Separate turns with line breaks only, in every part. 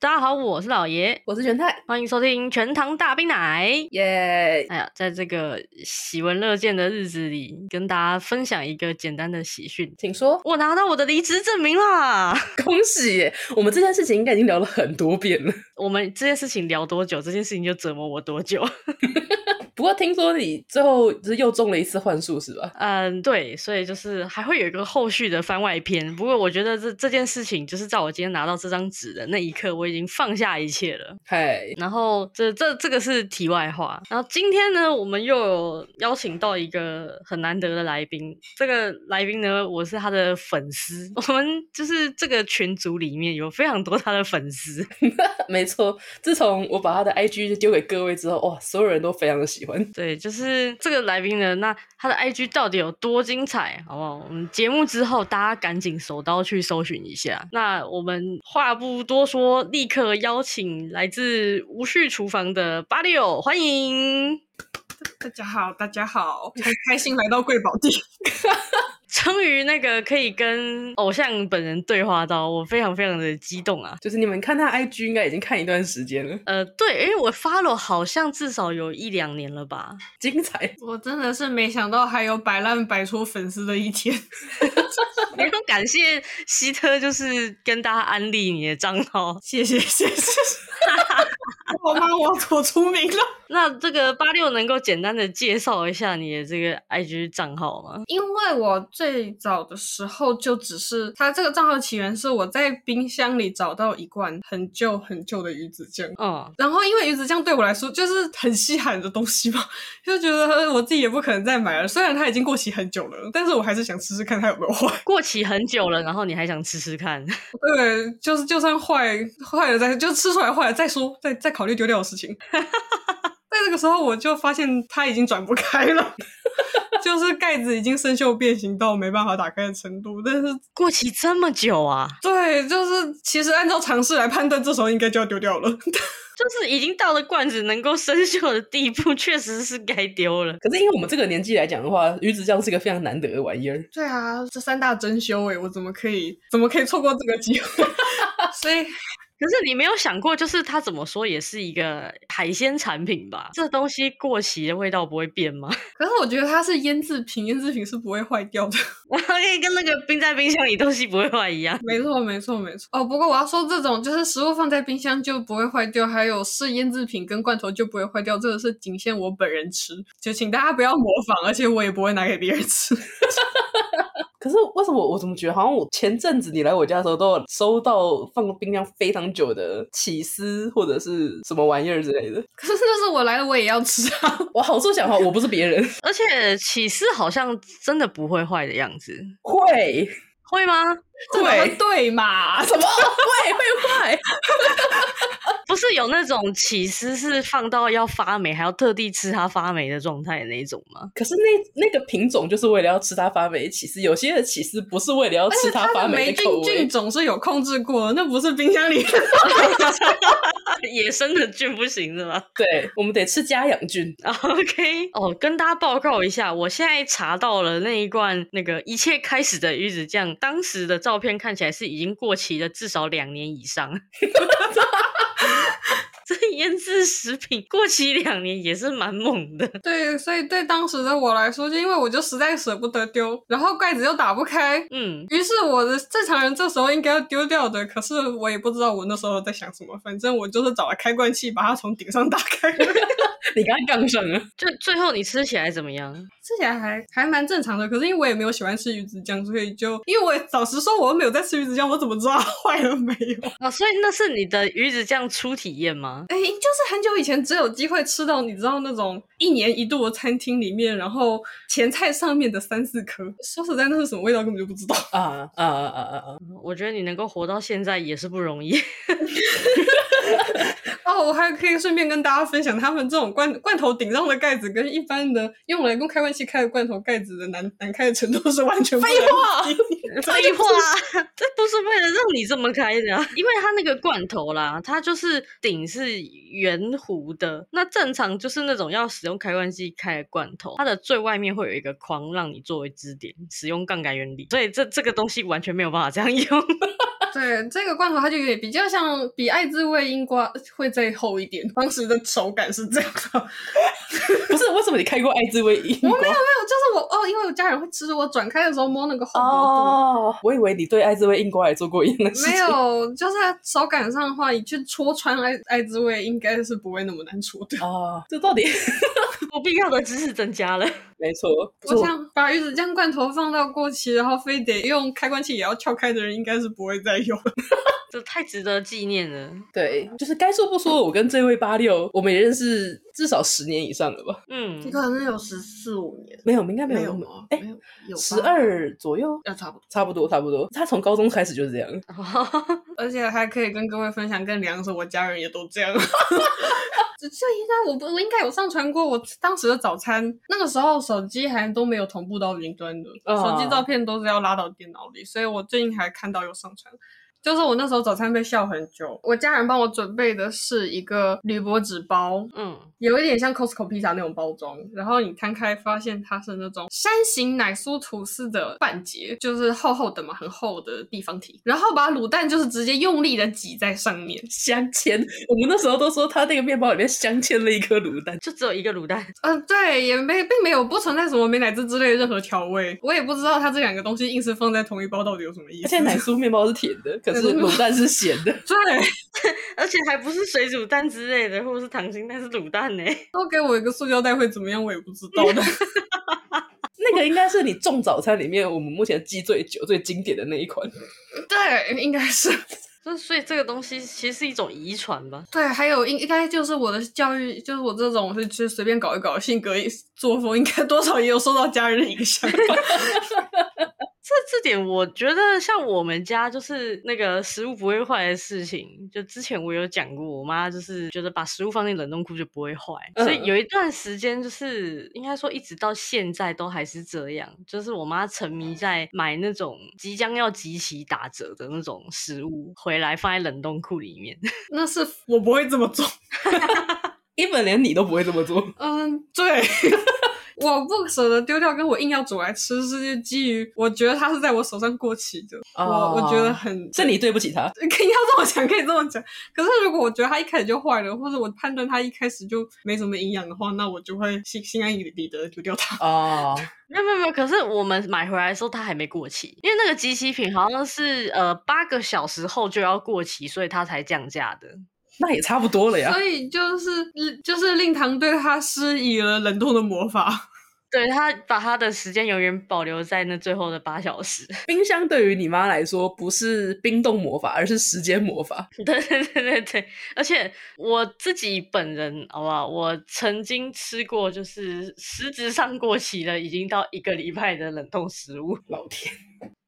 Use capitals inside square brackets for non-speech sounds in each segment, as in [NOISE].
家好，我是老爷，
我是全泰，
欢迎收听全糖大冰奶。
耶、
哎呀，在这个喜闻乐见的日子里，跟大家分享一个简单的喜讯，
请说， [LAUGHS]
我拿到我的离职证明啦！ [LAUGHS]
恭喜耶！我们这件事情应该已经聊了很多遍了，
我们这件事情聊多久，这件事情就折磨我多久。 [LAUGHS]
不过听说你最后就是又中了一次幻术是吧？
嗯，对，所以就是还会有一个后续的番外篇。不过我觉得这这件事情，就是在我今天拿到这张纸的那一刻，我已经放下一切了。
嗨， [LAUGHS]
然后这这这个是题外话。然后今天呢，我们又有邀请到一个很难得的来宾。这个来宾呢，我是他的粉丝。我们就是这个群组里面有非常多他的粉丝。
没错，自从我把他的 IG 就丢给各位之后，哇，所有人都非常的喜欢。
对，就是这个来宾呢，那他的 IG 到底有多精彩，好不好？我们节目之后大家赶紧手刀去搜寻一下。那我们话不多说，立刻邀请来自无序厨房的八六，欢迎。
大家好，大家 [LAUGHS] 好，很开心来到贵宝地。
终于那个可以跟偶像本人对话到，我非常非常的激动啊！
就是你们看他 IG 应该已经看一段时间了，
呃，对，因为我 follow 好像至少有一两年了吧，
精彩。
[LAUGHS] 我真的是没想到还有摆烂摆出粉丝的一天。 [LAUGHS]
也很感谢希特，就是跟大家安利你的账号。
谢谢谢谢，我妈我我出名了。
那这个八六能够简单的介绍一下你的这个 IG 账号吗？
[LAUGHS] 因为我最早的时候就只是它这个账号起源是我在冰箱里找到一罐很旧很旧的鱼子酱。
嗯，
然后，因为鱼子酱对我来说就是很稀罕的东西嘛， [LAUGHS] 就觉得呃我自己也不可能再买了。虽然它已经过期很久了，但是我还是想吃吃看它有没有坏。
过期很久了，然后你还想吃吃看，
对，就是就算坏坏了再，就吃出来坏了再说，再再考虑丢掉的事情。 [LAUGHS] 在这个时候，我就发现它已经转不开了， [LAUGHS] 就是盖子已经生锈变形到没办法打开的程度。但是，
过期这么久啊，
对，就是其实按照常识来判断，这时候应该就要丢掉了。 [LAUGHS]
就是已经到了罐子能够生锈的地步，确实是该丢了。
可是因为我们这个年纪来讲的话，鱼子酱是一个非常难得的玩意儿。
对啊，这三大珍馐哎，我怎么可以怎么可以错过这个机会？ [LAUGHS] 所以
可是你没有想过，就是它怎么说也是一个海鲜产品吧？这东西过期的味道不会变吗？ [LAUGHS]
可是我觉得它是腌制品，腌制品是不会坏掉的。
我可以跟那个冰在冰箱里东西不会坏一样。
没错，没错，没错。哦，不过我要说，这种就是食物放在冰箱就不会坏掉，还有是腌制品跟罐头就不会坏掉，这个是仅限我本人吃，就请大家不要模仿，而且我也不会拿给别人吃。 [LAUGHS]
可是为什么我我怎么觉得好像我前阵子你来我家的时候，都有收到放冰箱非常久的起司或者是什么玩意儿之类的。
可是那是我来了，我也要吃啊。
我好受想法，我不是别人。
而且起司好像真的不会坏的样子，
[LAUGHS] 会
会吗？
这哪
对
会对嘛？
什么会会坏？
不是有那种起司是放到要发霉，还要特地吃它发霉的状态的那一种吗？[LAUGHS]
[LAUGHS] 可是那那个品种就是为了要吃它发霉的起司，有些的起司不是为了要吃
它
发
的
霉
霉
的口
菌菌
味。
种是有控制过的，那不是冰箱里的。 [LAUGHS]
野生的菌不行是吗
对，我们得吃家养菌。 [LAUGHS]
？OK，哦，跟大家报告一下，我现在查到了那一罐那个一切开始的鱼子酱，当时的照片看起来是已经过期了，至少两年以上。 [LAUGHS] 这腌制食品过期两年也是蛮猛的。
对，所以对当时的我来说，就因为我就实在舍不得丢，然后盖子又打不开，
嗯，
于是我的正常人这时候应该要丢掉的，可是我也不知道我那时候在想什么，反正我就是找了开罐器把它从顶上打 [LAUGHS] 开，吃
你刚刚杠上了，
就最后你吃起来怎么样？
起来还还蛮正常的。可是因为我也没有喜欢吃鱼子酱，所以就因为我老实说我又没有在吃鱼子酱，我怎么知道它坏了没有？
啊、所以那是你的鱼子酱初体验吗？
[LAUGHS] 哎，就是很久以前只有机会吃到，你知道那种一年一度的餐厅里面，然后前菜上面的三四颗，说实在那是什么味道根本就不知道。
[LAUGHS] 啊啊啊啊啊！啊！
我觉得你能够活到现在也是不容易。
哦，我还可以顺便跟大家分享，他们这种罐罐头顶上的盖子跟一般的用来用开罐器开的罐头盖子的难难开的程度是完全不废话。
[LAUGHS] 废话，这不是为了让你这么开的、啊， [LAUGHS] 因为它那个罐头啦，它就是顶是圆弧的，那正常就是那种要使用开关机开的罐头，它的最外面会有一个框让你作为支点，使用杠杆原理，所以这这个东西完全没有办法这样用。 [LAUGHS]
对，这个罐头它就有点比较像比爱滋味樱瓜会再厚一点，当时的手感是这样的。 [LAUGHS]
不是，为什么你开过爱滋味樱 [LAUGHS]
我没有没
瓜？
有，就是我哦，因为我家人会吃，我转开的时候摸那个厚薄
哦，我以为你对爱滋味硬瓜也做过一样的
度。
事情。
没，有，就是手感上的话，你去戳穿爱爱滋味，应该是不会那么难戳的。
[LAUGHS] 哦，这到底
不必要的知识增加了。
[LAUGHS]
[LAUGHS]
没错，不
我
是
想把鱼子酱罐头放到过期，然后非得用开关器也要撬开的人，应该是不会再有了。
这太值得纪念了。
对，就是该说不说，我跟这位八六，我们也认识至少十年以上了吧？
嗯，
可能有十四五年，
没有，我们应该没有那
有
么，
吗？
哎
没有，有吧
十，二左右，
要差不多。
差不多，差不多。他从高中开始就是这样，
而且还可以跟各位分享更凉的是，我家人也都这样。 [LAUGHS] 就应该我不我应该有上传过我当时的早餐，那个时候手机还都没有同步到云端的，
啊
手机照片都是要拉到电脑里，所以我最近还看到有上传。就是我那时候早餐被笑很久，我家人帮我准备的是一个铝箔纸包，
嗯，
有一点像 Costco 披萨那种包装，然后你摊开发现它是那种山形奶酥吐司的半截，就是厚厚的嘛，很厚的地方体，然后把卤蛋就是直接用力的挤在上面，
镶嵌。我们那时候都说他那个面包里面镶嵌了一颗卤蛋，
[LAUGHS] 就只有一个卤蛋，
呃，对，也没并没有不存在什么美乃滋之类的任何调味，我也不知道它这两个东西硬是放在同一包到底有什么意思。
而且奶酥面包是甜的，可是卤蛋是咸的。
对，
而且还不是水煮蛋之类的，或者是溏心蛋，是卤蛋呢。 [LAUGHS]
都给我一个塑胶袋会怎么样，我也不知道的。
[LAUGHS] 那个应该是你种早餐里面我们目前记最久、最经典的那一款。
[LAUGHS] 对，应该是
所以所以这个东西其实是一种遗传吧。
对，还有应应该就是我的教育，就是我这种是去随便搞一搞的性格作风，应该多少也有受到家人的影响。
这这点我觉得像我们家就是那个食物不会坏的事情，就之前我有讲过，我妈就是觉得把食物放进冷冻库就不会坏，
嗯
所以有一段时间就是应该说一直到现在都还是这样，就是我妈沉迷在买那种即将要集齐打折的那种食物回来放在冷冻库里面。
[LAUGHS]
[LAUGHS]
那是我不会这么做。
一本连你都不会这么做，
嗯，对。 [LAUGHS] 我不舍得丢掉，跟我硬要煮来吃，是基于我觉得它是在我手上过期的，
哦
我我觉得很
是你对不起他。
可以要 [LAUGHS] 这么讲，可以这么讲。可是如果我觉得它一开始就坏了，或者我判断它一开始就没什么营养的话，那我就会心心安理得地丢掉它。
哦，
没有没有没有，可是我们买回来的时候它还没过期，因为那个集齐品好像是呃八个小时后就要过期，所以它才降价的。
那也差不多了呀
所。以就是就是令堂对他施以了冷冻的魔法。
对他把他的时间永远保留在那最后的八小时。 [LAUGHS]
冰箱对于你妈来说不是冰冻魔法，而是时间魔法。
对对对对对，而且我自己本人，好不好？我曾经吃过，就是实质上过期了，已经到一个礼拜的冷冻食物，
老天，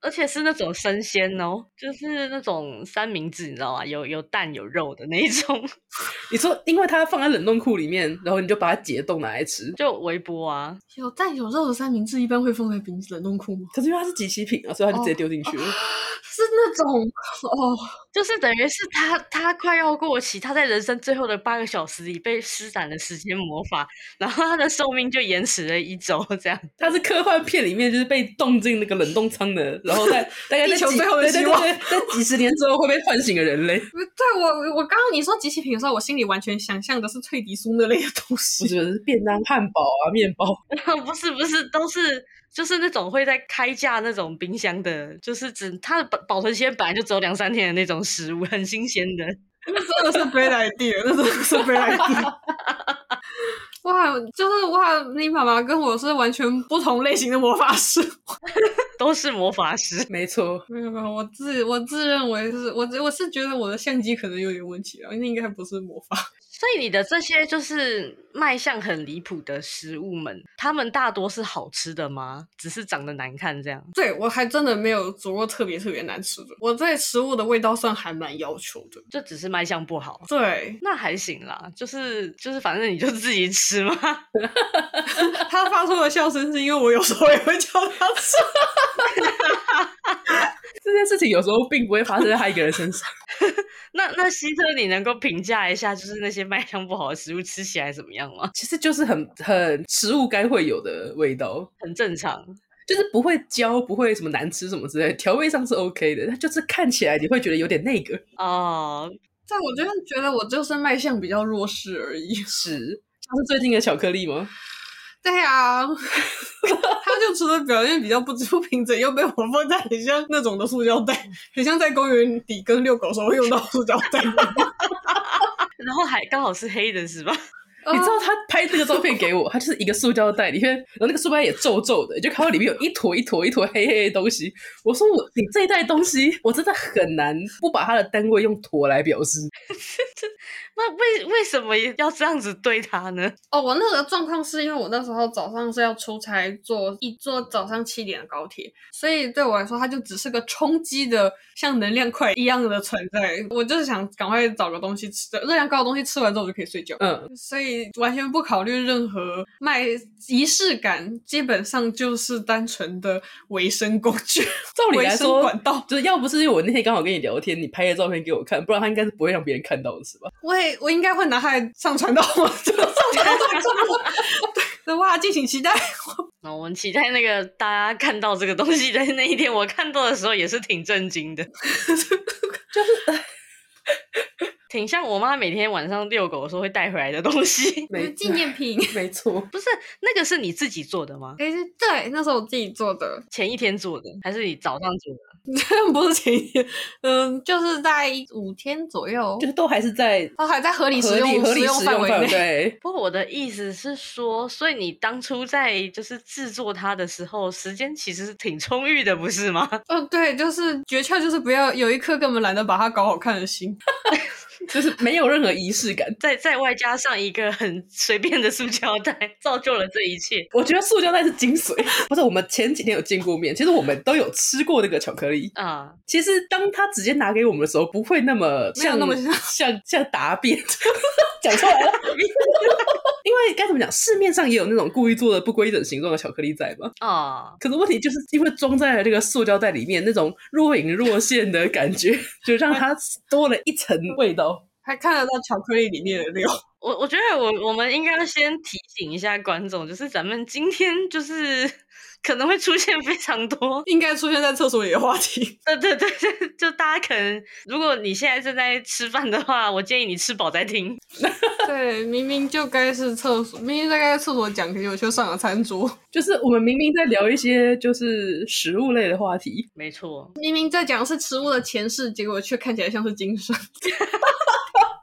而且是那种生鲜哦，就是那种三明治，你知道吗？有有蛋有肉的那一种， [LAUGHS]
你说因为它放在冷冻库里面，然后你就把它解冻拿来吃，
就微波啊。
有蛋有肉的三明治一般会放在冰冷冻库吗？
可是因为它是即期品啊，所
哦
以它就直接丢进去了。
是那种哦，
就是等于是他，他快要过期，他在人生最后的八个小时里被施展了时间魔法，然后他的寿命就延迟了一周，这样。
它是科幻片里面就是被冻进那个冷冻舱
[LAUGHS]
的，然后在大概在
地球
几
最后的
对对
希望
对对在几十年之后会被唤醒的人类，
对我我刚刚你说集齐品的时候，我心里完全想象的是脆皮酥那类的东
不
西。
是不是便当、汉堡啊、面包， [LAUGHS]
[LAUGHS] 不是不是，都是就是那种会在开价那种冰箱的，就是只它的保保存期限本来就只有两三天的那种食物，很新鲜的。
真的是 bad idea，那真的是 bad idea。哇，就是哇，你妈妈跟我是完全不同类型的魔法师。
都是魔法师，
没错。
没有没有，我自我自认为是我我是觉得我的相机可能有点问题啊，那应该不是魔法。
所以你的这些就是卖相很离谱的食物们，它们大多是好吃的吗？只是长得难看这样？
对我还真的没有煮过特别特别难吃的，我对食物的味道算还蛮要求的。
就只是卖相不好？
对 [LAUGHS]
那还行啦，就是就是，反正你就自己吃嘛。 [LAUGHS]
他发出的笑声是因为我有时候也会叫他吃，
这件事情有时候并不会发生在他一个人身上。 [LAUGHS]
那那希特，你能够评价一下，就是那些卖相不好的食物吃起来怎么样吗？
其实就是很很食物该会有的味道，
很正常，
就是不会焦，不会什么难吃什么之类的，调味上是 OK 的，它就是看起来你会觉得有点那个
哦，
但我真的觉得我就是卖相比较弱势而已。
是。像是最近的巧克力吗？
[LAUGHS] 对呀、 [LAUGHS] 他就除了表现比较不知不平整，又被我放在很像那种的塑胶袋，很像在公园里跟遛狗的时候会用到塑胶袋。
然后还刚好是黑的是吧？ [LAUGHS]
你知道他拍这个照片给我， [LAUGHS] 它就是一个塑胶袋里面，然后那个塑胶袋也皱皱的，你就看到里面有一坨一坨一坨黑黑的东西。我说我你这一袋东西，我真的很难不把它的单位用坨来表 [LAUGHS] 示。
那为为什么要这样子对他呢？
哦，我那个状况是因为我那时候早上是要出差，坐一坐早上七点的高铁，所以对我来说，它就只是个充饥的，像能量块一样的存在。我就是想赶快找个东西吃，热量高的东西吃完之后我就可以睡觉，
嗯，
所以完全不考虑任何卖仪式感，基本上就是单纯的维生工具，
[LAUGHS] 照理
维
来
生
说，
管道。
就是要不是因为我那天刚好跟你聊天，你拍的照片给我看，不然他应该是不会让别人看到的，是吧？
我也我应该会拿它来上传到 [LAUGHS] 我这个上传到这个账号，对，哇，敬请期待。
那哦我们期待那个大家看到这个东西的那一天，我看到的时候也是挺震惊 [LAUGHS] 的，就是挺像我妈每天晚上遛狗的时候会带回来的东西。
没
纪念品。
[LAUGHS] 没错，
不是那个是你自己做的吗？
哎、对，那时候我自己做的， [LAUGHS]
前一天做的还是你早上做的？
不是前一天，嗯，就是在五天左右
就，是都还是在
它还在合理
合
使
理
用
合
使
理
用
使
范
用
围
范围
内。
内。
不过我的意思是说，所以你当初在就是制作它的时候，时间其实是挺充裕的，不是吗？
嗯，对，就是诀窍就是不要有一颗根本懒得把它搞好看的心。
就是没有任何仪式感。
再再外加上一个很随便的塑胶袋，造就了这一切。
我觉得塑胶袋是精髓。 [LAUGHS] 不是，我们前几天有见过面，其实我们都有吃过那个巧克力。
啊、
其实当他直接拿给我们的时候，不会那么
没有
像
那么像
像像答辩，讲出来了。 [LAUGHS] 因为该怎么讲，市面上也有那种故意做的不规整形状的巧克力在嘛。
哦，
可是问题就是因为装在了这个塑胶袋里面，那种若隐若现的感觉，就让它多了一层味道。
还看得到巧克力里面的料，
我我觉得我我们应该要先提醒一下观众，就是咱们今天就是 [LAUGHS] 可能会出现非常多，
[LAUGHS] 应该出现在厕所里的话题。 [LAUGHS]
对对 [LAUGHS] 对对，就大家可能如果你现在正在吃饭的话，我建议你吃饱再听。
对，明明就该是厕所，明明就该在厕所讲，可是我却上了餐桌。
就是我们明明在聊一些就是食物类的话题，
没错，
明明在讲是食物的前世，结果却看起来像是今生。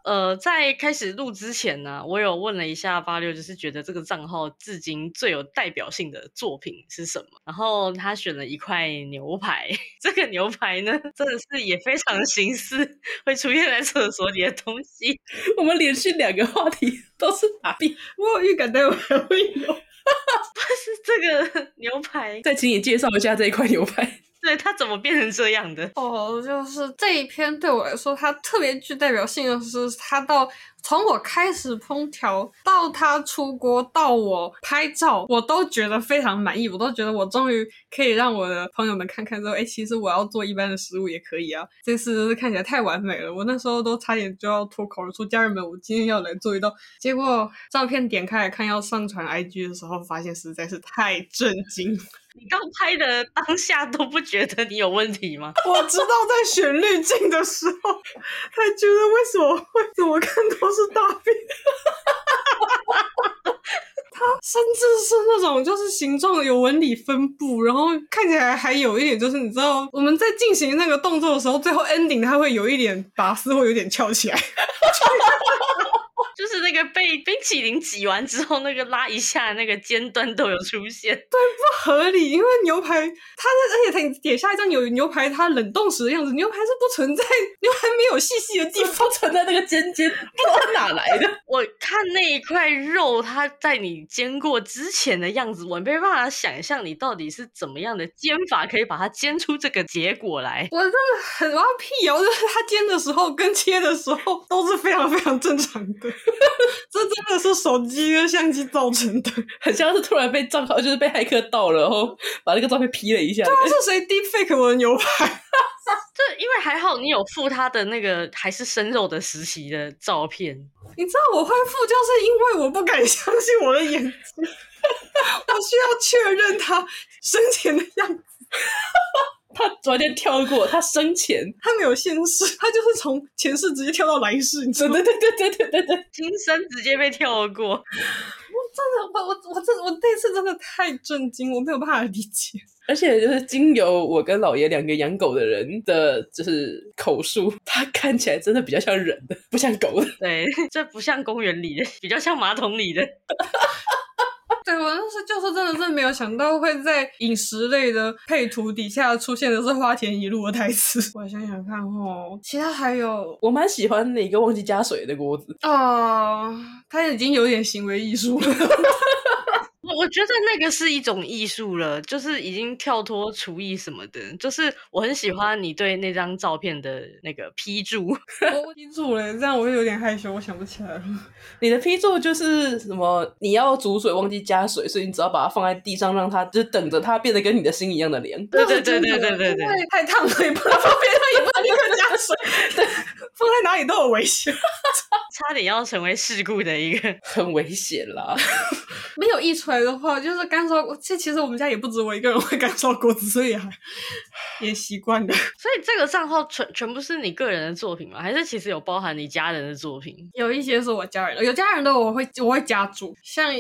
呃，在开始录之前呢，我有问了一下八六，就是觉得这个账号至今最有代表性的作品是什么？然后他选了一块牛排， [LAUGHS] 这个牛排呢，真的是也非常形似会出现在厕所里的东西。
我们连续两个话题都是答辩。
[LAUGHS] 我有预感待会还会有。
是这个牛排，
再请你介绍一下这一块牛排。
对它怎么变成这样的？
哦，就是这一篇对我来说，它特别具代表性的是，它到从我开始烹调到它出锅到我拍照，我都觉得非常满意，我都觉得我终于可以让我的朋友们看看说，哎，其实我要做一般的食物也可以啊。这次真是看起来太完美了，我那时候都差点就要脱口而出，家人们，我今天要来做一道。结果照片点开来看要上传 IG 的时候，发现实在是太震惊了。
你刚拍的当下都不觉得你有问题吗？ [LAUGHS]
我知道在选滤镜的时候，他觉得为什么会怎么看都是大便。他甚至是那种就是形状有纹理分布，然后看起来还有一点就是你知道我们在进行那个动作的时候，最后 ending 它会有一点拔丝会有点翘起来，
就是那个被冰淇淋挤完之后，那个拉一下那个尖端都有出现。
不合理。因为牛排它的而且它点下一张有牛排它冷冻时的样子，牛排是不存在，牛排没有细细的地
你
方。
放存在那个尖尖，不知道哪来的。
我看那一块肉，它在你煎过之前的样子，我没办法想象你到底是怎么样的煎法可以把它煎出这个结果来。
我真的很我要辟谣，就是他煎的时候跟切的时候都是非常非常正常的，这真的是手机跟相机造成的。不
很像是突然被账号就是被骇客盗了，然后把那个照片 P 了一下。
知道是谁 deepfake 我的牛排？
这因为还好你有附它的那个还是生肉的时期的照片，
你知道我会付，就是因为我不敢相信我的眼睛，我需要确认它生前的样子。
他昨天跳过，他生前，
他没有现世，他就是从前世直接跳到来世，你知道
对
吗？
对对对对对对对，
今生直接被跳过。
真的，我我我真的我那次真的太震惊，我没有办法理解。
而且就是经由我跟老爷两个养狗的人的，就是口述，他看起来真的比较像人的，不像狗的。
对， [LAUGHS] 这不像公园里的，比较像马桶里的。
对我那时就是真的是没有想到会在饮食类的配图底下出现的是花田一路的台词。我想想看哦，其他还有
我蛮喜欢那个忘记加水的锅子，
哦，他已经有点行为艺术了。
我我觉得那个是一种艺术了，就是已经跳脱厨艺什么的。就是我很喜欢你对那张照片的那个批注， [LAUGHS]
我记住了，这样我又有点害羞，我想不起来了。
你的批注就是什么？你要煮水忘记加水，所以你只要把它放在地上，让它就是等着它变得跟你的心一样的
[LAUGHS]
凉。
对对对对对对对
因为太烫了，也不能放别人，也不能立刻加水，对， [LAUGHS] 放在哪里都有危险。
差点要成为事故的一个。
[LAUGHS] 很危险啦。
没有溢出来的话，就是干烧锅。其其实我们家也不止我一个人会干烧锅子，所以还也习惯了。
所以这个账号全全部是你个人的作品吗？还是其实有包含你家人的作品？
有一些是我家人的，有家人的我会我会加注，像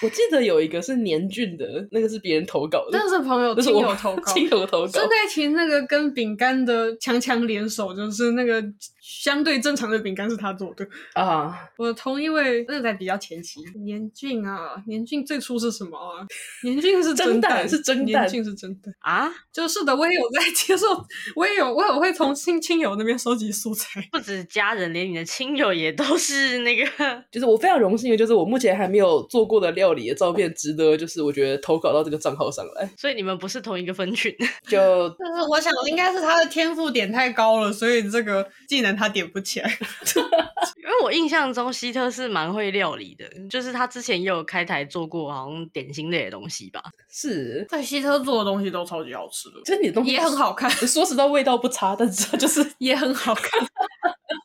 我记得有一个是年俊的，那个是别人投稿的
真，的是朋友
那是
亲
我
友投
[LAUGHS]
[LAUGHS] 稿。
亲友投稿
孙。代琴那个跟饼干的强强联手，就是那个相对正常的饼干是他做的。
啊，
我同一位，那才比较前期。年俊啊，年俊最初是什么啊？年俊是
蒸
蒸
蛋
蛋，
是蒸蛋
年俊是蒸蛋。
啊，
就是的，我也有在接受， [LAUGHS] 我也有，我也会从亲亲友那边收集素材。
不止家人，连你的亲友也都是那个 [LAUGHS]
就是我非常荣幸的，就是我目前还没有做过的料理的照片，值得就是我觉得投稿到这个账号上来。
所以你们不是同一个分群， [LAUGHS]
就
但是我想，应该是他的天赋点太高了，所以这个技能他点不起来。
因为我印象中希特是蛮会料理的，就是他之前也有开台做过好像点心类的东西吧。
是，
在希特做的东西都超级好 [LAUGHS] 吃的，
就是你的东西
也很。好看，
说实在，味道不差，但是它就是 [LAUGHS]
也很好看。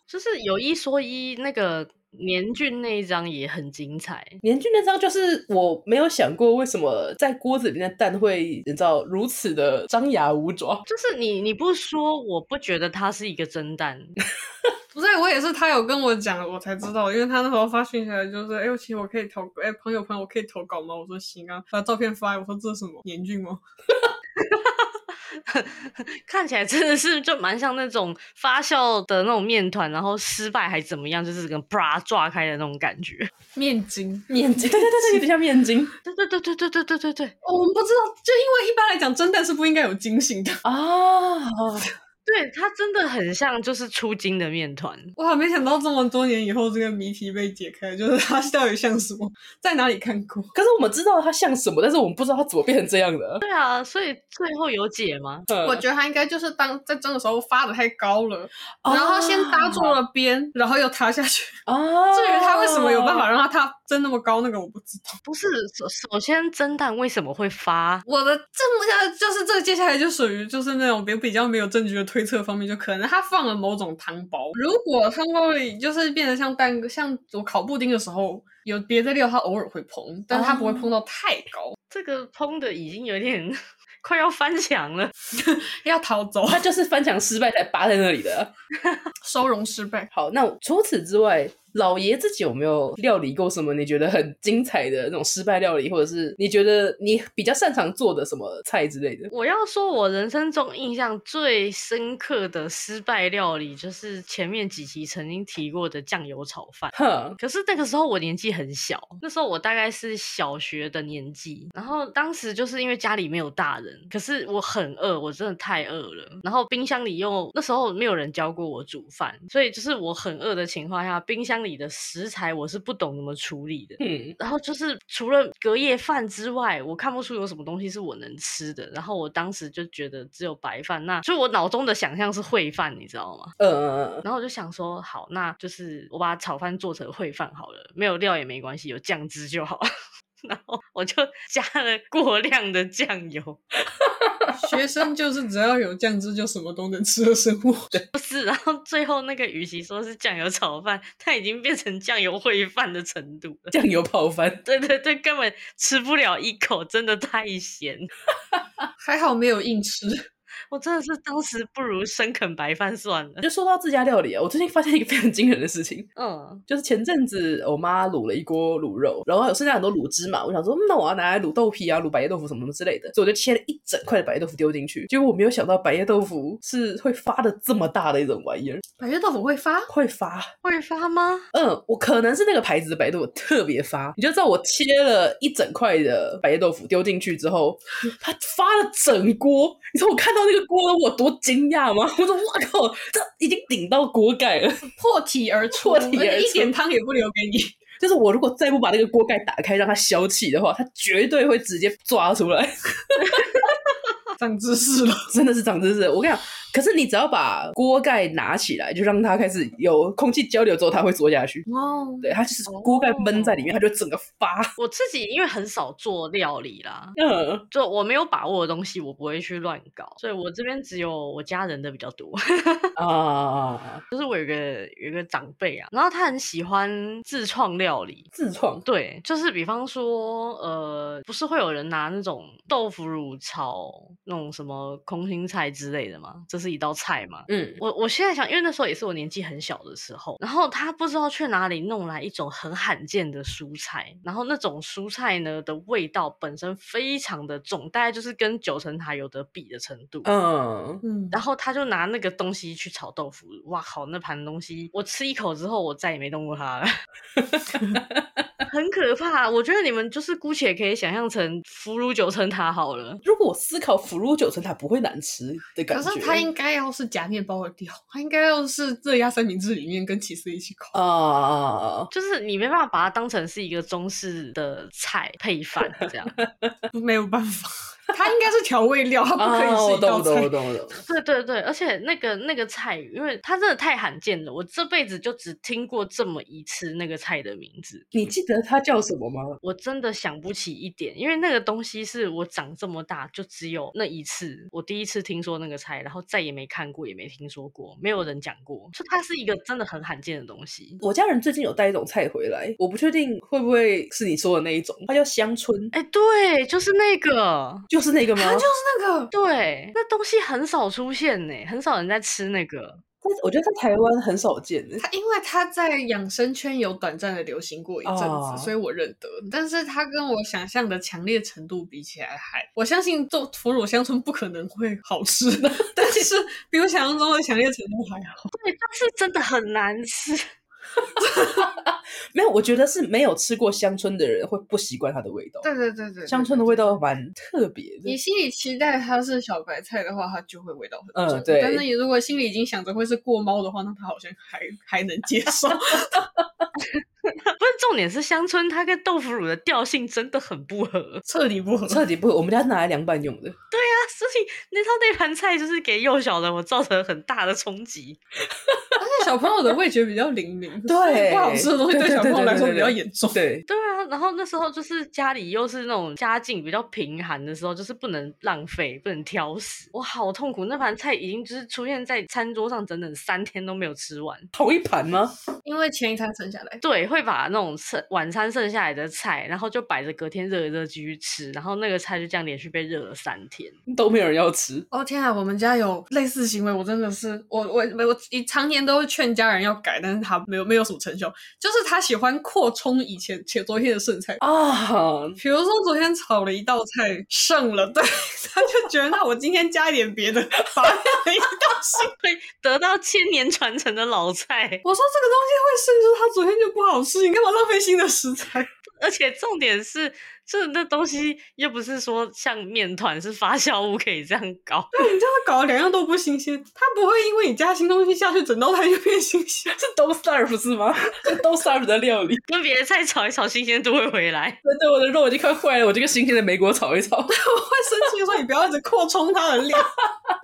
就是有一说一，那个年俊那一张也很精彩。
年俊那张，就是我没有想过为什么在锅子里面的蛋会，你知道如此的张牙舞爪。
就是你你不说，我不觉得它是一个蒸蛋。
不是，我也是他有跟我讲，我才知道，因为他那时候发讯息来就是，哎、其实我可以投，哎、朋友朋友，我可以投稿吗？我说行啊，把照片发来，我说这是什么年俊吗？
[LAUGHS] 看起来真的是就蛮像那种发酵的那种面团，然后失败还怎么样，就是跟啪炸开的那种感觉。 [LAUGHS]
面筋，
面筋，对对对对，有点像面筋
对对对对对对对对对
哦我们不知道，就因为一般来讲，蒸蛋是不应该有筋性的。
啊。
对，它真的很像就是出筋的面团。
哇，没想到这么多年以后，这个谜题被解开，就是它到底像什么，在哪里看过？
可是我们知道它像什么，但是我们不知道它怎么变成这样的。嗯
对啊，所以最后有解吗？
[LAUGHS] 我觉得它应该就是当在蒸的时候发的太高了，
啊
然后先搭住了边，然后又塌下去。
啊，
[LAUGHS] 至于它为什么有办法让它塌蒸那么高，那个我不知道。
不是，首首先蒸蛋为什么会发？
我的这下就是这接下来就属于就是那种比比较没有证据的推测方面，就可能他放了某种汤包。如果汤包里就是变得像蛋像我烤布丁的时候，有别的料它偶尔会碰，但是它不会碰到太高，
这个烹的已经有点 [LAUGHS] 快要翻墙了。
要逃走， [LAUGHS]
它就是翻墙失败才扒在那里的。
收容失败。
好，那除此之外，老爷自己有没有料理过什么你觉得很精彩的那种失败料理，或者是你觉得你比较擅长做的什么菜之类的？
我要说，我人生中印象最深刻的失败料理，就是前面几期曾经提过的酱油炒饭。
哼，
可是那个时候我年纪很小，那时候我大概是小学的年纪，然后当时就是因为家里没有大人，可是我很饿，我真的太饿了，然后冰箱里又那时候没有人教过我煮饭，所以就是我很饿的情况下，冰箱里的食材我是不懂怎么处理的。
嗯，
然后就是除了隔夜饭之外，我看不出有什么东西是我能吃的。然后我当时就觉得只有白饭，那就我脑中的想象是烩饭，你知道吗？
呃，
然后我就想说，好，那就是我把炒饭做成烩饭好了，没有料也没关系，有酱汁 [LAUGHS] 就好。然后我就加了过量的酱油，
学生就是只要有酱汁就什么都能吃的生活。
不是，然后最后那个，与其说是酱油炒饭，它已经变成酱油烩饭的程度了。 [LAUGHS]
酱油泡饭，
对对对，根本吃不了一口，真的太咸。
还好没有硬吃，
我真的是当时不如生啃白饭算
[LAUGHS]
了。
就说到自家料理啊，我最近发现一个非常惊人的事情，
嗯，
就是前阵子我妈卤了一锅卤肉，然后有剩下很多卤汁嘛，我想说，嗯那我要拿来卤豆皮啊、卤百叶豆腐什么什么之类的，所以我就切了一整块的百叶豆腐丢进去。结果我没有想到百叶豆腐是会发的这么大的一种玩意儿，
百叶豆腐会发，
会发。
会发吗？
嗯，我可能是那个牌子的百叶豆腐特别发，你就知道我切了一整块的百叶豆腐丢进去之后，它发了整锅。你知道我看到那个锅我有多惊讶吗？我说哇靠，这已经顶到锅盖了。
破体而出，
破体而出
而且一点汤也不留给你。
就是我如果再不把那个锅盖打开让它消气的话，它绝对会直接抓出来。 [LAUGHS]
长知识了，
真的是长知识，我跟你讲。可是你只要把锅盖拿起来，就让它开始有空气交流之后，它会缩下去。
哦，
对，它就是锅盖闷在里面，它就整个发。
我自己因为很少做料理啦，
[LAUGHS]
嗯，
就我没有把握的东西，我不会去乱搞，所以我这边只有我家人的比较多。 [LAUGHS]
啊，
就是我有个有个长辈啊，然后他很喜欢自创料理，
自创
对，就是比方说，呃，不是会有人拿那种豆腐乳炒那种什么空心菜之类的吗？这是一道菜吗？
嗯，
我我现在想，因为那时候也是我年纪很小的时候，然后他不知道去哪里弄来一种很罕见的蔬菜，然后那种蔬菜呢的味道本身非常的重，大概就是跟九层塔有得比的程度。
嗯，
嗯，
然后他就拿那个东西去炒豆腐，哇靠！那盘东西，我吃一口之后，我再也没动过它了， [LAUGHS] 很可怕。我觉得你们就是姑且可以想象成腐乳九层塔好了，
如果我思考腐乳九层塔不会难吃的感
可
觉，
是它应该要是夹面包的料，它应该要是热压三明治里面跟起司一起烤。
啊，
就是你没办法把它当成是一个中式的菜配饭这样。 [LAUGHS]
没有办法， [LAUGHS] 它应该是调味料，它不可
啊
以是
我
一
懂，
道
我懂，我
菜。
懂，我懂。
对对对，而且那个那个菜，因为它真的太罕见了，我这辈子就只听过这么一次那个菜的名字。
你记得它叫什么吗？
我真的想不起一点，因为那个东西是我长这么大就只有那一次，我第一次听说那个菜，然后再也没看过，也没听说过，没有人讲过，就它是一个真的很罕见的东西。
我家人最近有带一种菜回来，我不确定会不会是你说的那一种，它叫香椿，
哎，对，就是那个，
就是那个吗？
它就是那个，
对，那东西很少出现呢，很少人在吃那个。
但是我觉得在台湾很少见的。
它因为它在养生圈有短暂的流行过一阵子，
哦
所以我认得。但是它跟我想象的强烈程度比起来还，我相信做腐乳乡村不可能会好吃 [LAUGHS] 的，但是比我想象中的强烈程度还好。
对，但是真的很难吃。 [LAUGHS]
没有，我觉得是没有吃过香椿的人会不习惯它的味道。
对对对对对，
香椿的味道蛮特别
你
的。
心里期待它是小白菜的话，它就会味道很
嗯
重。
对
但是你如果心里已经想着会是过猫的话，那它好像还还能接
[LAUGHS]
受。
不是重点是乡村，它跟豆腐乳的调性真的很不合。 [LAUGHS]
彻底不合。
彻底不，我们家拿来凉拌用的，
那所以那他那盘菜就是给幼小的我造成很大的冲击。
而且小朋友的味觉比较
[LAUGHS]
灵敏，
对
所以不好吃的东西
对
对
对
小朋友
对对
来说
对
比较严重。
对，
对啊，然后那时候就是家里又是那种家境比较贫寒的时候，就是不能浪费，不能挑食。我好痛苦，那盘菜已经就是出现在餐桌上整整三天都没有吃完。
[LAUGHS] 同一盘吗？
因为前一餐剩下来，
对，会把那种剩晚餐剩下来的菜，然后就摆着隔天热一热继续吃，然后那个菜就这样连续被热了三天。
都没有人要吃，
哦天啊，我们家有类似行为，我真的是我我我以常年都劝家人要改，但是他没有没有什么成效，就是他喜欢扩充以前前昨天的剩菜。
啊！
比如说昨天炒了一道菜剩了，对，他就觉得那我今天加一点别的，把那一 [LAUGHS] 道剩。
会得到千年传承的老菜，
我说这个东西会剩，就是他昨天就不好吃，你干嘛浪费新的食材？
而且重点是，就是那东西又不是说像面团是发酵物可以这样搞，
你这样搞得两样都不新鲜，它不会因为你加新东西下去，整道菜就变新鲜。
是都 serve 是吗？ [LAUGHS] 是都 serve 的料理。
跟别的菜炒一炒，新鲜度会回来。
真的，我的肉已经快坏了，我就跟新鲜的梅果炒一炒。
[LAUGHS] 我会生气地说你不要一直扩充它的量。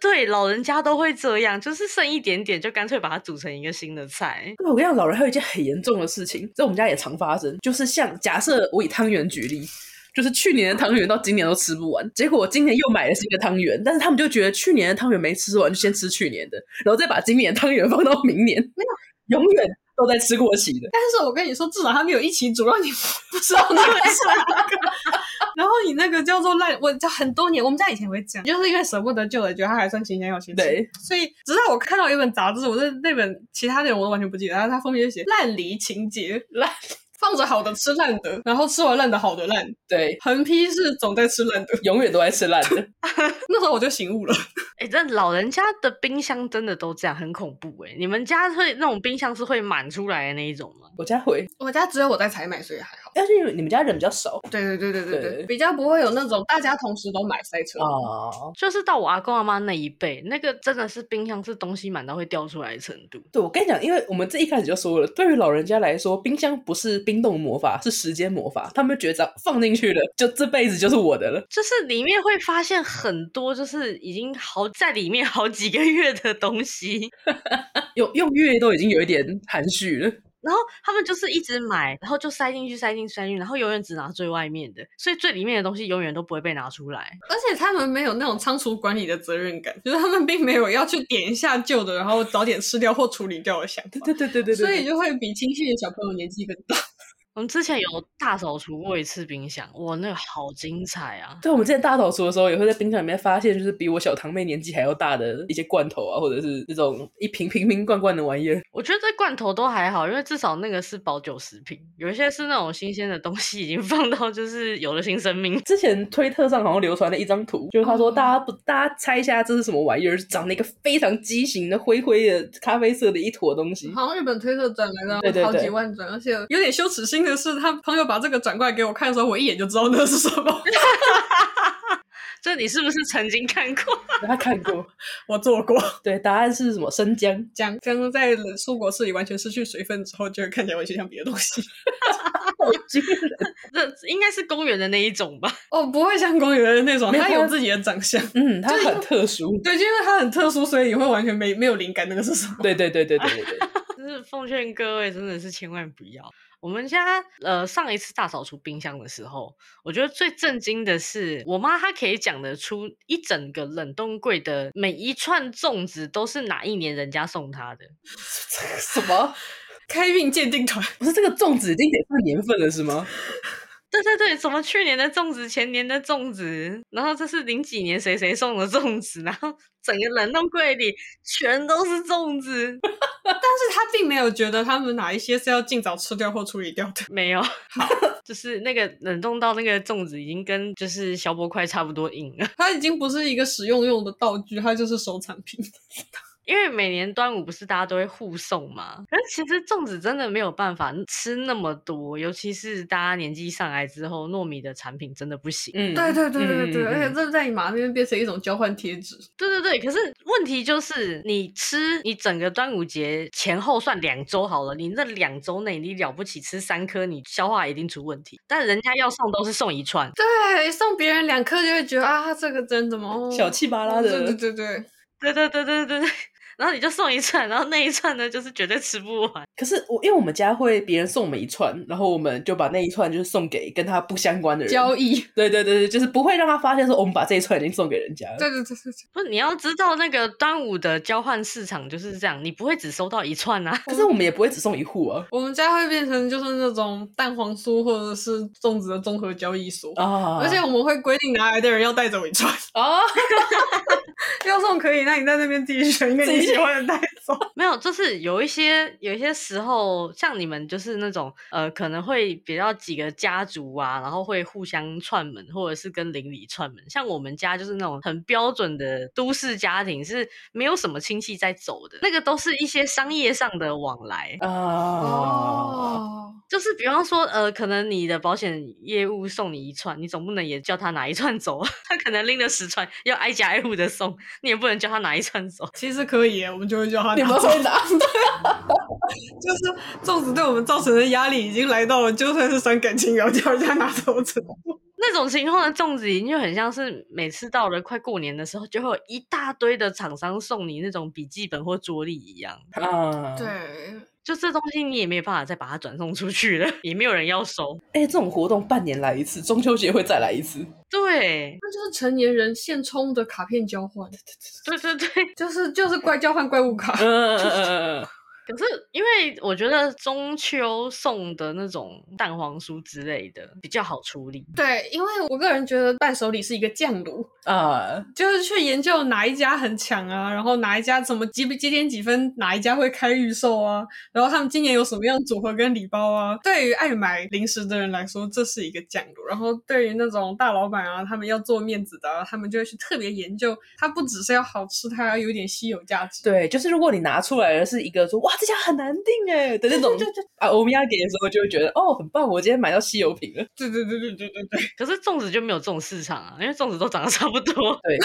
对，老人家都会这样，就是剩一点点，就干脆把它煮成一个新的菜。
对，我跟你讲，老人还有一件很严重的事情，在我们家也常发生，就是像假设我以汤圆举例，就是去年的汤圆到今年都吃不完，结果我今年又买了新的汤圆，但是他们就觉得去年的汤圆没吃完，就先吃去年的，然后再把今年的汤圆放到明年，没有，永远都在吃过期的。
但是我跟你说，至少他没有一起煮，让你不知道那个是哪个。然后你那个叫做烂，我叫很多年，我们家以前也会讲，就是因为舍不得旧的，觉得它还算新鲜有新鲜。
对，
所以直到我看到一本杂志，我的那本其他内容我都完全不记得，然后它封面就写烂梨情节， [LAUGHS] 烂放着好的吃烂的，然后吃完烂的好的烂，
对，
横批是总在吃烂的。 [LAUGHS]
永远都在吃烂的。 [LAUGHS]
那时候我就醒悟了，
哎、但老人家的冰箱真的都这样，很恐怖哎、你们家会那种冰箱是会满出来的那一种吗？
我家会，
我家只有我在采买，所以还好。
但是因为你们家人比较少
对对对对对
对
对，比较不会有那种大家同时都买塞车。
啊。
就是到我阿公阿妈那一辈，那个真的是冰箱是东西满到会掉出来的程度。
对，我跟你讲，因为我们这一开始就说了，对于老人家来说，冰箱不是冰冻魔法，是时间魔法。他们觉得只要放进去了，就这辈子就是我的了。
就是里面会发现很多，就是已经好在里面好几个月的东西，
用用月都已经有一点含蓄了。
然后他们就是一直买，然后就塞进去、塞进去、塞进去，然后永远只拿最外面的，所以最里面的东西永远都不会被拿出来。
而且他们没有那种仓储管理的责任感，就是他们并没有要去点一下旧的，然后早点吃掉或处理掉的想法
对，对对对对对，
所以就会比亲戚的小朋友年纪更大。
我们之前有大扫除过一次冰箱，哇，那个好精彩啊！
对，我们之前大扫除的时候，也会在冰箱里面发现，就是比我小堂妹年纪还要大的一些罐头啊，或者是那种一瓶瓶瓶罐罐的玩意儿。
我觉得这罐头都还好，因为至少那个是保久食品，有一些是那种新鲜的东西已经放到就是有了新生命。
之前推特上好像流传了一张图，就是他说
哦
嗯
大家不，大家猜一下这是什么玩意儿？是长了一个非常畸形的灰灰的咖啡色的一坨东西。
好像日本推特转来了
对对对
好几万转，而且有点羞耻心的是，他朋友把这个转过来给我看的时候，我一眼就知道那是什么。 [LAUGHS]
这你是不是曾经看过？
大家看过？
我做过，
对，答案是什么？生姜。
讲跟在冷蔬果室里完全失去水分之后，就会看起来完全像别的东西。
好惊人！
这应该是公园的那一种吧？
哦，不会像公园的那种，
没有
它有
它
自己的长相。
嗯，它
对
很特 [LAUGHS] 殊。
对，就因为它很特殊，所以你会完全没没有灵感那个是什么。
对对对对对对对，
就是奉劝各位，真的是千万不要。我们家呃上一次大扫除冰箱的时候，我觉得最震惊的是，我妈她可以讲得出一整个冷冻柜的每一串粽子都是哪一年人家送她的。
[LAUGHS] 什么？
开运鉴定团，
[LAUGHS] 不是这个粽子已经得上年份了是吗？
对对对，什么去年的粽子，前年的粽子，然后这是零几年谁谁送的粽子，然后整个冷冻柜里全都是粽子， [LAUGHS]
但是他并没有觉得他们哪一些是要尽早吃掉或处理掉的。
没有，就是那个冷冻到那个粽子已经跟就是小波块差不多硬了。 [LAUGHS]
它已经不是一个使用用的道具，它就是收藏品。
因为每年端午不是大家都会互送嘛，可是其实粽子真的没有办法吃那么多，尤其是大家年纪上来之后，糯米的产品真的不行。
嗯，嗯嗯嗯嗯
这在你妈那边变成一种交换贴纸。
对对对，可是问题就是你吃，你整个端午节前后算两周好了，你那两周内你了不起吃三颗，你消化一定出问题。但人家要送都是送一串，
对，送别人两颗就会觉得啊，这个真的吗？哦
嗯小气巴拉
对
的
对，对对，
对对对对对对，然后你就送一串，然后那一串呢就是绝对吃不完。
可是我因为我们家会别人送我们一串，然后我们就把那一串就是送给跟他不相关的人。
交易。
对对对对，就是不会让他发现说我们把这一串已经送给人家了。
对对对对对。
不是，你要知道那个端午的交换市场就是这样，你不会只收到一串啊。
可是我们也不会只送一户啊。
我们家会变成就是那种蛋黄酥或者是粽子的综合交易所，
啊，
而且我们会规定拿来的人要带走一串，
啊，
要送可以，那你在那边自己选一个
自己
你喜
选
欢的带
[LAUGHS]
走。
没有，就是有一些有一些时候，像你们就是那种呃，可能会比较几个家族啊，然后会互相串门，或者是跟邻里串门。像我们家就是那种很标准的都市家庭，是没有什么亲戚在走的，那个都是一些商业上的往来。
啊，
哦，
就是比方说，呃，可能你的保险业务送你一串，你总不能也叫他拿一串走 [LAUGHS] 啊，他可能拎了十串，要挨家挨户的送，你也不能叫他拿一串走。
其实可以耶，我们就会叫他
你
拿
们
走。
会拿？
就是粽子对我们造成的压力已经来到了，就算是伤感情也要叫人家拿走粽
那种情况的粽子已经就很像是每次到了快过年的时候，就会有一大堆的厂商送你那种笔记本或桌历一样，
啊，，
对，
就这东西你也没办法再把它转送出去了，也没有人要收。
哎、这种活动半年来一次，中秋节会再来一次。
对，
那就是成年人现充的卡片交换，
对对对。
就是就是怪交换怪物卡。 [LAUGHS]
嗯嗯嗯嗯嗯，
可是因为我觉得中秋送的那种蛋黄酥之类的比较好处理，
对，因为我个人觉得伴手礼是一个酱炉，
嗯啊，
就是去研究哪一家很强啊，然后哪一家怎么几几点几分，哪一家会开预售啊，然后他们今年有什么样的组合跟礼包啊。对于爱买零食的人来说，这是一个酱油。然后对于那种大老板啊，他们要做面子的、啊，他们就会去特别研究，它不只是要好吃，它还要有点稀有价值。
对，就是如果你拿出来的是一个说哇这家很难订哎的那种
对对对
啊，欧米亚给的时候就会觉得哦很棒，我今天买到稀有品了。
对对对对对对对。
可是粽子就没有这种市场啊，因为粽子都长得差不多。
对，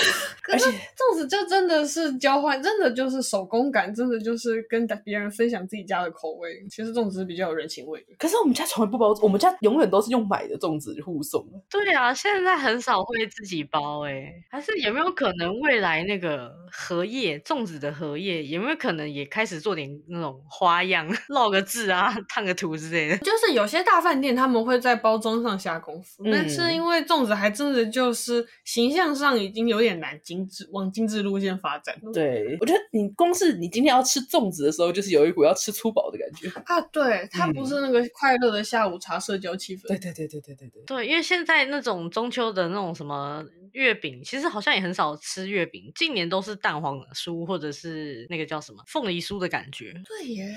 可
而
是
且
粽子就真的是交换，真的就是手工感，真的就是跟别人分享自己家的口味。其实粽子是比较有人情味的。
可是我们家从来不包，我们家永远都是用买的粽子互送。
对啊，现在很少会自己包诶、还是有没有可能未来那个荷叶粽子的荷叶有没有可能也开始做点那种花样， [LAUGHS] 烙个字啊， [LAUGHS] 烫个图之类的？
就是有些大饭店他们会在包装上下功夫，
嗯
但是因为粽子还真的就是形象上已经有点难精致，往精致路线发展。
对，我觉得你光是你今天要吃粽子的时候，就是有一股要吃粗饱的感觉。
啊，对，它
嗯
不是那个快乐的下午茶社交气氛。
对对对对对对对。
对，因为现在那种中秋的那种什么月饼，其实好像也很少吃月饼，近年都是蛋黄酥或者是那个叫什么凤梨酥的感觉。
对耶，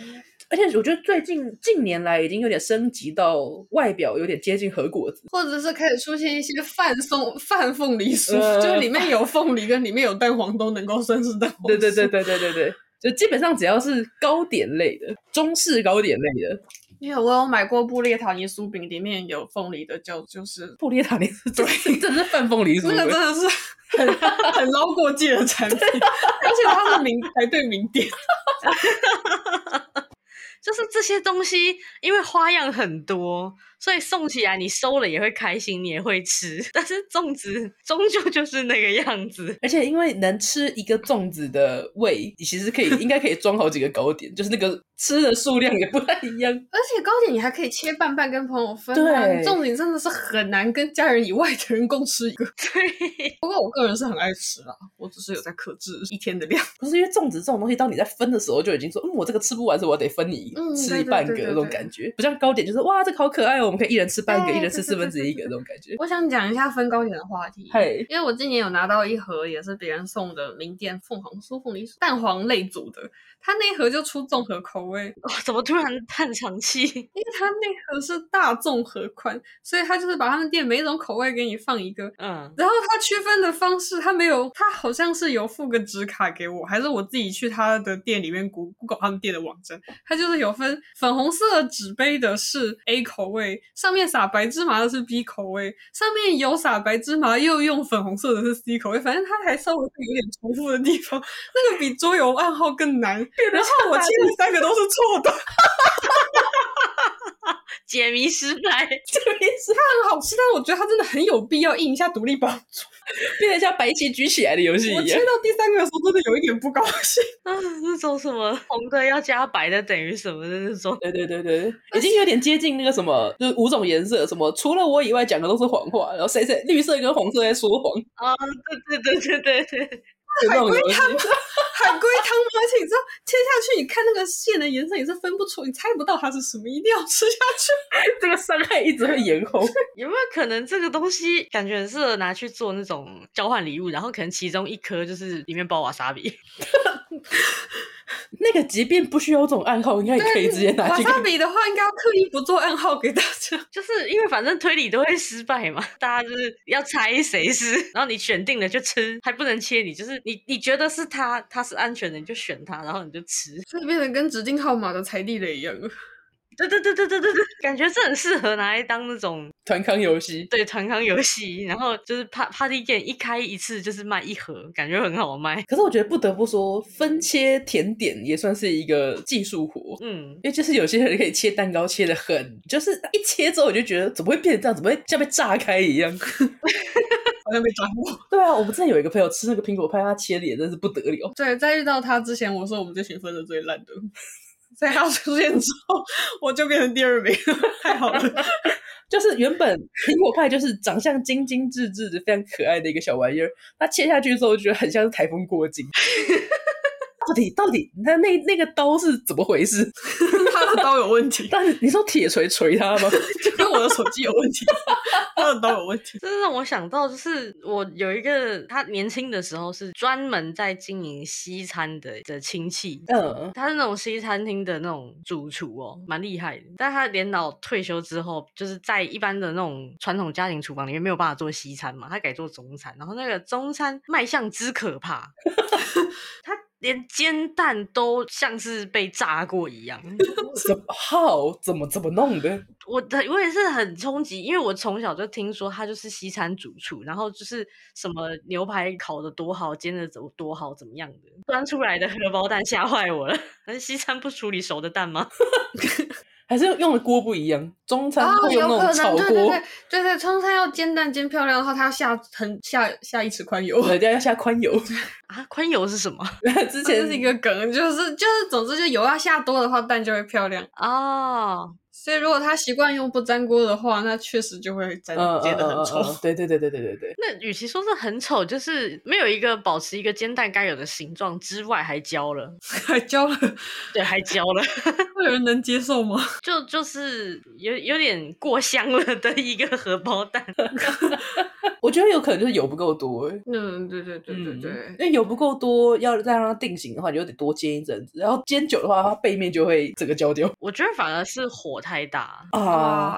而且我觉得最近近年来已经有点升级到外表有点接近和果子。
或者是开始出现一些饭送饭凤梨酥，
呃
就是里面有凤梨跟里面有蛋黄都能够算是蛋黄酥。
对对对，对对对对，就基本上只要是糕点类的，中式糕点类的，
因为我有买过布列塔尼酥饼，里面有凤梨的，叫就是
布列塔尼是对，真的是泛凤梨酥
那个真
味。
的是 [LAUGHS] 很很捞过界的产品，而且它是名排队名店。
就是这些东西，因为花样很多，所以送起来你收了也会开心，你也会吃。 [LAUGHS] 但是粽子终究就是那个样子。
而且因为能吃一个粽子的胃，你其实可以应该可以装好几个糕点，就是那个吃的数量也不太一样。
而且糕点你还可以切半半跟朋友分、啊，
对
粽子你真的是很难跟家人以外的人共吃一个。
对，
[LAUGHS] 不过我个人是很爱吃啦，我只是有在克制一天的量。
不是因为粽子这种东西，当你在分的时候就已经说，嗯，我这个吃不完，所以我得分你
嗯
吃
对
一
对
半个
对对
那种
对
感觉，不像糕点就是哇，这个好可爱哦，我们可以一人吃半个，
对
一人吃
对
四
对
分之一
对
个那种感觉。
我想讲一下分糕点的话题。
嘿，
因为我今年有拿到一盒，也是别人送的名店凤凰酥凤梨酥蛋黄类组的，它那一盒就出综合口味，
哇，怎么突然叹长气？ [LAUGHS]
因为它那盒是大众合款，所以它就是把他们店每一种口味给你放一个，
嗯，
然后他区分的方式，他没有，他好像是有附个纸卡给我，还是我自己去他的店里面 Goo- Google 他们店的网站，他就是有分粉红色纸杯的是 A 口味，上面撒白芝麻的是 B 口味，上面有撒白芝麻又用粉红色的是 C 口味，反正他还稍微会有点重复的地方，那个比桌游暗号更难。然后我记得三个都是错的，
解谜失败。
这边是
很好吃，但我觉得它真的很有必要印一下独立包装。
变得像白棋举起来的游戏
我
一
切
样。
到第三个的时候，真的有一点不高
[LAUGHS]
兴。
啊，那种什么红的要加白的等于什么的那种， [LAUGHS]
对对对对，已经有点接近那个什么，就是五种颜色，什么除了我以外讲的都是谎话，然后谁谁绿色跟红色在说谎， [LAUGHS]
啊，对对对对对对，
就那种游戏。
海龟汤吗？而且你知道切下去，你看那个线的颜色，你是分不出，你猜不到它是什么，一定要吃下去。
这个伤害一直会延后。 [LAUGHS]
有没有可能这个东西感觉很适合拿去做那种交换礼物，然后可能其中一颗就是里面包瓦萨比，
那个即便不需要这种暗号，应该也 [LAUGHS] 可以直接拿去
瓦
给
萨比的话，应该要刻意不做暗号给大
[LAUGHS]
家。
就是因为反正推理都会失败嘛，大家就是要猜谁是，然后你选定了就吃，还不能切你，就是你你觉得是它，它是安全的，你就选它，然后你就吃。
所以变得跟指定号码的踩地雷一样了。
对对对对对对对，感觉这很适合拿来当那种
团康游戏。
对团康游戏，然后就是 pa party game 一开一次就是卖一盒，感觉很好卖。
可是我觉得不得不说，分切甜点也算是一个技术活。
嗯，
因为就是有些人可以切蛋糕切的很，就是一切之后我就觉得怎么会变成这样，怎么会像被炸开一样？ [LAUGHS]
好像被抓过。
对啊，我们之前有一个朋友吃那个苹果派，他切的也真是不得了。
对，在遇到他之前，我是我们这群分的最烂的。 [LAUGHS] 在他出现之后，我就变成第二名， [LAUGHS] 太好了。 [LAUGHS]
就是原本苹果派就是长相精精致致的、非常可爱的一个小玩意儿，它切下去之后，觉得很像是台风过
[LAUGHS]
境。到底到底那那那个刀是怎么回事？
他的刀有问题，
但是你说铁锤锤它吗？
[LAUGHS] 就跟我的手机有问题，他的刀有问题。
这是让我想到，就是我有一个他年轻的时候是专门在经营西餐的的亲戚，
[LAUGHS] 嗯，
他是那种西餐厅的那种主厨哦，蛮厉害的。但他连老退休之后，就是在一般的那种传统家庭厨房里面没有办法做西餐嘛，他改做中餐。然后那个中餐卖相之可怕，他连煎蛋都像是被炸过一样。
怎么好怎么怎么弄的？
我的我也是很冲击，因为我从小就听说他就是西餐主厨，然后就是什么牛排烤的多好，煎的怎么多好，怎么样的，端出来的荷包蛋吓坏我了。 [LAUGHS] 但是西餐不处理熟的蛋吗？
还是用的锅不一样？中餐
哦，
会用
有
那
可
种炒
能，对对
锅，
对对对，葱菜要煎蛋煎漂亮的话，它要下很下下一尺宽油。
对，要下宽油。
啊，宽油是什么 [LAUGHS]
之
[LAUGHS] 这
前
是一个梗，就是就是，总之就油要下多的话，蛋就会漂亮。
哦，
所以如果他习惯用不粘锅的话，那确实就会粘
嗯
煎的很
嗯嗯嗯
丑
嗯。对对对对对对对。
那与其说是很丑，就是没有一个保持一个煎蛋该有的形状之外，还焦了，
还焦了，
嗯
对，还焦了，
[LAUGHS]
[LAUGHS]
会有人能接受吗？ [LAUGHS]
就就是有有点过香了的一个荷包蛋。 [LAUGHS]
我觉得有可能就是油不够多、欸。
嗯，对对对对对。
嗯因为油不够多，要再让它定型的话，你就得多煎一阵子。然后煎久的话，它背面就会整个焦掉
我觉得反而是火太大，
啊。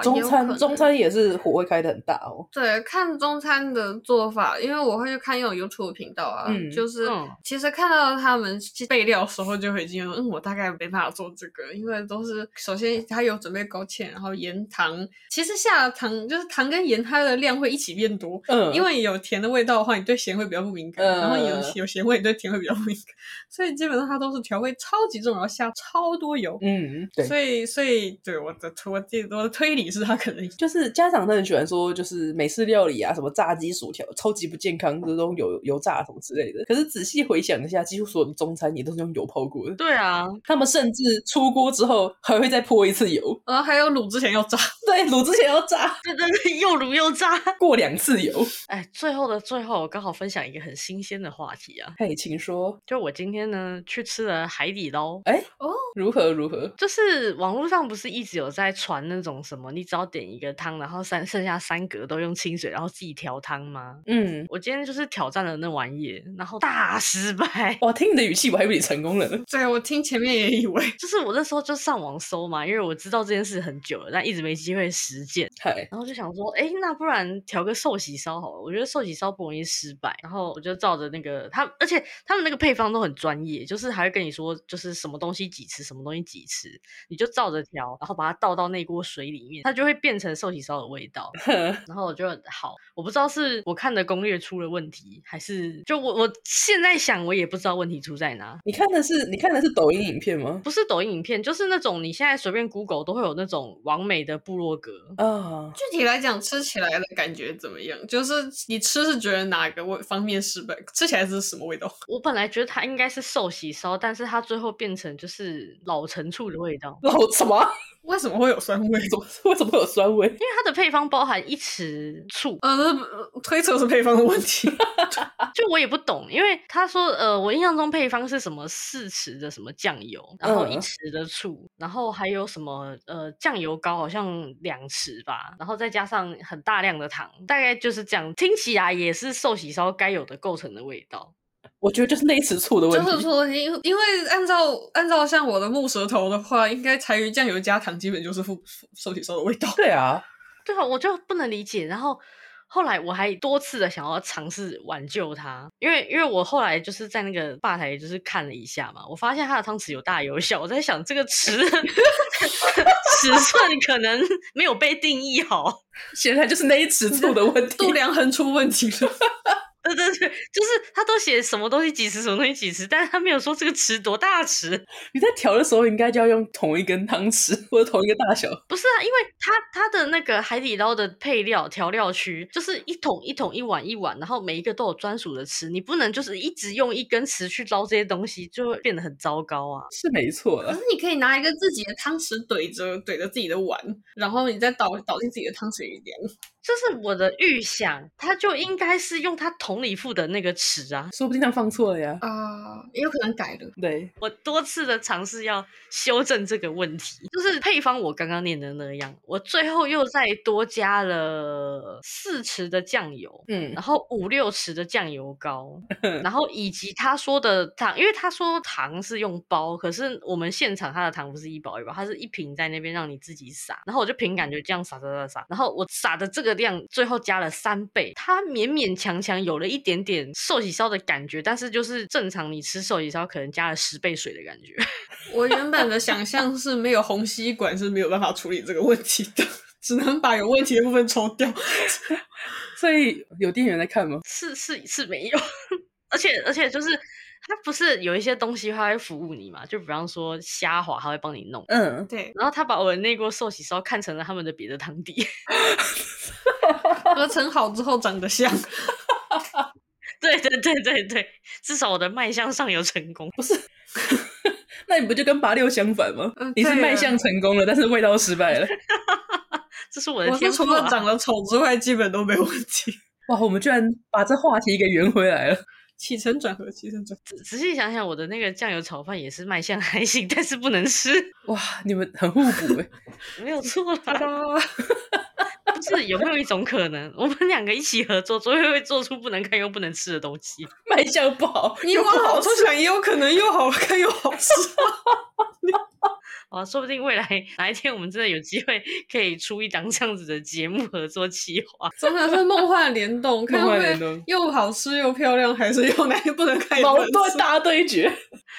[LAUGHS]
哇
中
也有可
餐
能
中餐也是火会开的很大哦。
对，看中餐的做法，因为我会去看那种 YouTube 频道啊，
嗯
就是、
嗯
其实看到他们去备料的时候，就已经有嗯，我大概没办法做这个，因为都是首先他有准备勾芡，然后盐糖，其实下了糖就是糖跟盐它的量会一起变多，
嗯，
因为你有甜的味道的话，你对咸会比较不敏感，
嗯
然后有有咸味，你对甜会比较不敏感，所以基本上它都是调味超级重，然后下超多油。
嗯，对，
所以，所以对我的我的我的推理是，它可能
就是家长都很喜欢说，就是美式料理啊，什么炸鸡、薯条，超级不健康，这种油油炸什么之类的。可是仔细回想一下，几乎所有的中餐也都是用油泡过的。
对啊，
他们甚至出锅之后还会再泼一次油，
然后还有卤之前要炸，
对，卤之前要炸
这真是又卤又炸。
过两次油。
哎，最后的最后，我刚好分享一个很新鲜的话题啊，
嘿，请说，
就我今天呢去吃了海底捞。
哎，
哦，
如何如何？
就是网络上不是一直有在传那种什么，你只要点一个汤，然后三剩下三格都用清水，然后自己调汤吗？
嗯，
我今天就是挑战了那玩意，然后大失败。 [LAUGHS]
哇，听你的语气，我还以为你成功了呢。
对我听前面也以为
就是我那时候就上网搜嘛，因为我知道这件事很久了，但一直没机会实践。
嗨，
然后就想说，哎，那不然调个寿喜烧好了。我觉得寿喜烧不容易失败。然后我就照着那个他，而且他们那个配方都很专业，就是还会跟你说，就是什么东西几匙，什么东西几匙，你就照着调，然后把它倒到那锅水里面，它就会变成寿喜烧的味道。然后我就好，我不知道是我看的攻略出了问题，还是就我我现在想，我也不知道问题出在哪。
你看的是你看的是抖音影片吗？
不是抖音影片，就是那种你现在随便 Google 都会有那种完美的部落格，
啊， [LAUGHS]
具体来讲，吃起来的感觉怎么样？就是你吃是觉得哪个味方面失败，吃起来是什么味 [LAUGHS] 道？
我本来觉得它应该是寿喜烧，但是它最后变成就是老陈醋的味道，
老什么？
[LAUGHS] 为什么啊会有酸 [LAUGHS] 味？
怎么为什么会有酸味？ [LAUGHS]
因为它的配方包含一匙醋，啊
呃，推测是配方的问 [LAUGHS] 题。
就我也不懂，因为他说呃，我印象中配方是什么四匙的什么酱油，然后一
嗯
匙的醋，然后还有什么呃酱油膏好像两匙吧，然后再加上很大量的糖，大概就是这样，听起来也是寿喜烧该有的构成的味道。
我觉得就是那一匙醋的问
就
题。
是说，因因为按照按照像我的木舌头的话，应该柴鱼酱油加糖基本就是副副寿喜烧的味道。
[LAUGHS] 对啊，
对啊，我就不能理解。然后后来我还多次的想要尝试挽救它，因为因为我后来就是在那个吧台就是看了一下嘛，我发现它的汤匙有大有小，我在想这个匙的 [LAUGHS] 尺寸可能没有被定义好。
显然就是那一匙醋的问题。
度量衡出问题了，
而对对对，就是他都写什么东西几匙，什么东西几匙，但是他没有说这个匙多大匙。
[LAUGHS] 你在调的时候应该就要用同一根汤匙或者同一个大小。
不是啊，因为它它的那个海底捞的配料调料区，就是一桶一桶、一碗一碗，然后每一个都有专属的匙，你不能就是一直用一根匙去捞这些东西，就会变得很糟糕啊。
是没错
[LAUGHS] 可
啦
是，你可以拿一个自己的汤匙怼着怼着自己的碗，然后你再倒倒进自己的汤匙里量。
这是我的预想，它就应该是用它桶里附的那个匙啊。
说不定他放错了呀。
啊、也有可能改了。
对，
我多次的尝试要修正这个问题，就是配方我刚刚念的那样，我最后又再多加了四匙的酱油，
嗯
啊
然后五六匙的酱油膏，然后以及他说的糖，因为他说糖是用包，可是我们现场他的糖不是一包一包，他是一瓶在那边让你自己撒，然后我就凭感觉这样撒撒撒撒，然后我撒的这个量最后加了三倍，它勉勉强强有了一点点寿喜烧的感觉，但是就是正常你吃寿喜烧可能加了十倍水的感觉。 [LAUGHS]
我原本的想象是没有虹吸管是没有办法处理这个问题的，只能把有问题的部分抽掉。
所以有店员在看吗？
是是是没有， [LAUGHS] 而且而且就是它不是有一些东西它会服务你嘛，就比方说虾滑，它会帮你弄。
嗯，
对，
然后他把我的那锅寿喜烧看成了他们的别的汤底，
[LAUGHS]
[LAUGHS]
合成好之后长得像。
对对对对对，至少我的卖相上有成功。
那你不就跟八六相反吗？
嗯
你是
对啊
卖相成功了，但是味道失
[LAUGHS]
败了。
这是我的
我
天
是
赋
除
啊、
了长得丑之外，基本都没问题。
哇，我们居然把这话题给圆回来了。
起承转合，起承转合。
仔仔细想想，我的那个酱油炒饭也是卖相还行，但是不能吃，
哇，你们很互补哎、
没
嗯
有错 [LAUGHS] 啦。
啊
不是有没有一种可能，我们两个一起合作，最后会做出不能看又不能吃的东西？ [LAUGHS]
[LAUGHS] 卖相不好，
你
又
往
不好
好处想，也有可能又好看又好
[LAUGHS]
吃。
啊，说不定未来哪一天我们真的有机会可以出一档这样子的节目合作企划。
真的是梦幻联动，看
梦
会
幻
不
联动
会又好吃又漂亮，还是又难不能看也
[LAUGHS]
不
矛
能
盾
吃
大对决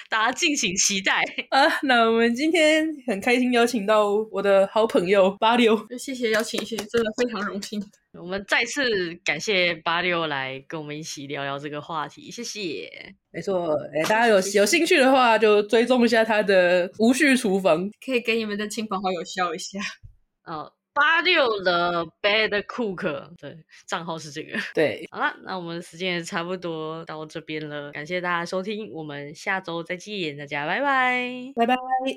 大家敬请期待。
[LAUGHS] 啊！那我们今天很开心邀请到我的好朋友八六，
谢谢邀请，谢谢，真的非常荣幸。
我们再次感谢八六来跟我们一起聊聊这个话题，谢谢。
没错，哎、大家有有兴趣的话就追踪一下他的无序厨房，
可以给你们的亲朋好友笑一下。
哦，八六的 Bad Cook，对，账号是这个。
对，
好了，那我们时间也差不多到这边了，感谢大家收听，我们下周再见，大家拜拜。
拜拜。